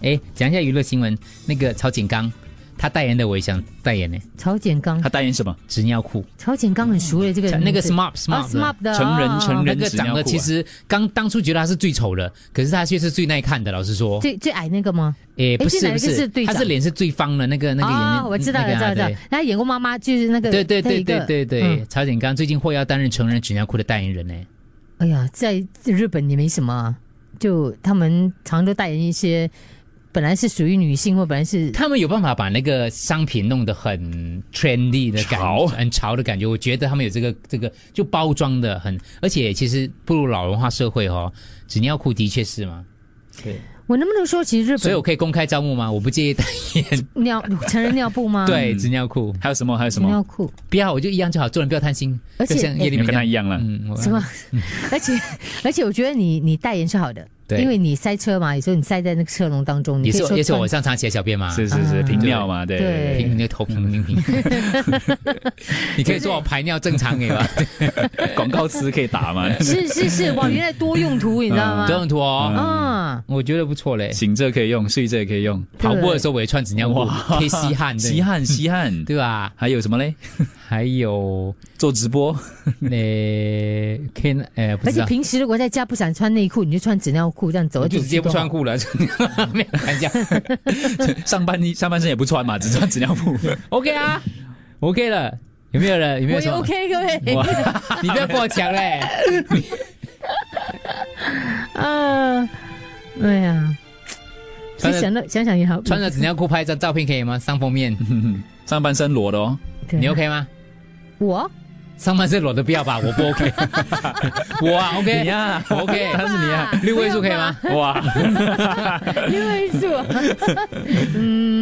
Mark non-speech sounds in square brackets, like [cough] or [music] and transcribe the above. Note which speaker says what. Speaker 1: 哎，讲一下娱乐新闻，那个曹景刚，他代言的我也想代言呢，
Speaker 2: 曹简刚
Speaker 1: 嗯
Speaker 3: 他，代言什么？
Speaker 1: 纸尿裤，
Speaker 2: 曹简刚很熟的这个
Speaker 1: 嗯那个
Speaker 2: 名字
Speaker 1: Smart
Speaker 2: 啊
Speaker 1: Smart 的
Speaker 2: smart 的
Speaker 3: 成人
Speaker 2: 啊
Speaker 3: 成人
Speaker 1: 那个
Speaker 3: 纸尿
Speaker 1: 长得
Speaker 3: 裤啊
Speaker 1: 其实刚当初觉得他是最丑的，可是他却是最耐看的。老实说，
Speaker 2: 哦最最矮那个吗？
Speaker 1: 诶，不
Speaker 2: 最
Speaker 1: 是
Speaker 2: 哪
Speaker 1: 不
Speaker 2: 一个是队
Speaker 1: 他
Speaker 2: 长
Speaker 1: 是脸是最方的那个那个演员，
Speaker 2: 哦，我知道了，
Speaker 1: 那
Speaker 2: 知
Speaker 1: 个
Speaker 2: 道
Speaker 1: 啊
Speaker 2: 了知道了。他演过妈妈，就是那个
Speaker 1: 对对
Speaker 2: 那
Speaker 1: 对
Speaker 2: 一个
Speaker 1: 对对对，
Speaker 2: 嗯
Speaker 1: 曹景刚最近或要担任成人纸尿裤的代言人呢。
Speaker 2: 哎呀，在日本也没什么啊，就他们常都代言一些本来是属于女性或本来是
Speaker 1: 他们有办法把那个商品弄得很 trendy 的感觉，
Speaker 3: 潮
Speaker 1: 很潮的感觉。我觉得他们有这个这个就包装的很，而且其实步入老龄化社会哦，纸尿裤的确是嘛。对，
Speaker 2: 我能不能说，其实日
Speaker 1: 所以我
Speaker 2: 本
Speaker 1: 可以公开招募吗？我不介意代言。
Speaker 2: 尿成人尿布
Speaker 3: 嗯
Speaker 1: [laughs]
Speaker 2: 吗？
Speaker 1: 对，纸尿裤
Speaker 3: 还有什么？还有什
Speaker 1: 嗯
Speaker 2: 纸尿
Speaker 3: 么？
Speaker 2: 裤，
Speaker 1: 不要，我就一样就好，做人不要贪心。
Speaker 2: 而
Speaker 1: 就
Speaker 2: 且哎
Speaker 1: 像叶
Speaker 3: 你
Speaker 1: 丽
Speaker 3: 们
Speaker 1: 明
Speaker 3: 跟他
Speaker 1: 样
Speaker 3: 一样了。
Speaker 1: 嗯，我
Speaker 2: 什么？ [laughs] 而且而且，我觉得你你代言是好的，
Speaker 1: 对
Speaker 2: 因为你塞车嘛，有时候你塞在那个车龙当中，你
Speaker 1: 也
Speaker 2: 可以
Speaker 1: 是
Speaker 2: 说
Speaker 1: 我也是我上
Speaker 2: 穿
Speaker 1: 常起来小便嘛，
Speaker 3: 是是是，
Speaker 2: 啊
Speaker 3: 平尿嘛，对
Speaker 2: 对
Speaker 1: 平你的
Speaker 2: [laughs]
Speaker 1: 头平平平。 [laughs] 你可以说我排尿正常给
Speaker 3: [laughs]
Speaker 1: 吧？
Speaker 3: 对，广告词可以打
Speaker 1: [laughs]
Speaker 3: 嘛，
Speaker 2: 是是是，哇，原来多用途，你知
Speaker 3: 嗯
Speaker 2: 道吗？
Speaker 1: 多用途哦，
Speaker 2: 啊，
Speaker 1: 我觉得不错嘞。
Speaker 3: 醒着可以用，睡着也可以用，
Speaker 1: 跑步的时候我也穿纸尿裤，
Speaker 3: 哇
Speaker 1: 可以吸汗，对
Speaker 3: [laughs] 吸汗吸汗。
Speaker 1: 对吧？
Speaker 3: 还有什么嘞？
Speaker 1: 还
Speaker 3: [laughs]
Speaker 1: 有
Speaker 3: 做直播，
Speaker 1: 呃，可以呃，不
Speaker 2: 而
Speaker 1: 知
Speaker 2: 且
Speaker 1: 道，
Speaker 2: 平时如果在家不想穿内裤，你就穿纸尿裤这样走，
Speaker 1: 我就直接不穿
Speaker 2: 裤。
Speaker 1: 裤了， [laughs] 没有看一下
Speaker 3: 上半衣上半身也不穿嘛，只穿纸尿裤。
Speaker 1: ，OK 啊，OK 了，有没有了？有没有
Speaker 2: 我
Speaker 1: 什
Speaker 2: 也
Speaker 1: 么？
Speaker 2: OK，各位，
Speaker 1: 你不要跟我抢嘞，
Speaker 2: [laughs] 嗯，哎呀，
Speaker 1: 穿着
Speaker 2: 其实想到想想也好，
Speaker 1: 穿着纸尿裤拍一张照片可以吗？上封面，
Speaker 2: 啊
Speaker 3: 上半身裸的哦，
Speaker 2: 对
Speaker 1: 你 OK 吗？
Speaker 2: 我 [laughs]
Speaker 1: 上半身裸的不要吧，我不
Speaker 3: [laughs]
Speaker 1: OK，我啊 OK，
Speaker 3: 你呀
Speaker 1: 我 OK，
Speaker 3: 他是你啊，
Speaker 1: 六位数可以吗？
Speaker 3: 哇，
Speaker 2: [laughs] 六位数，嗯，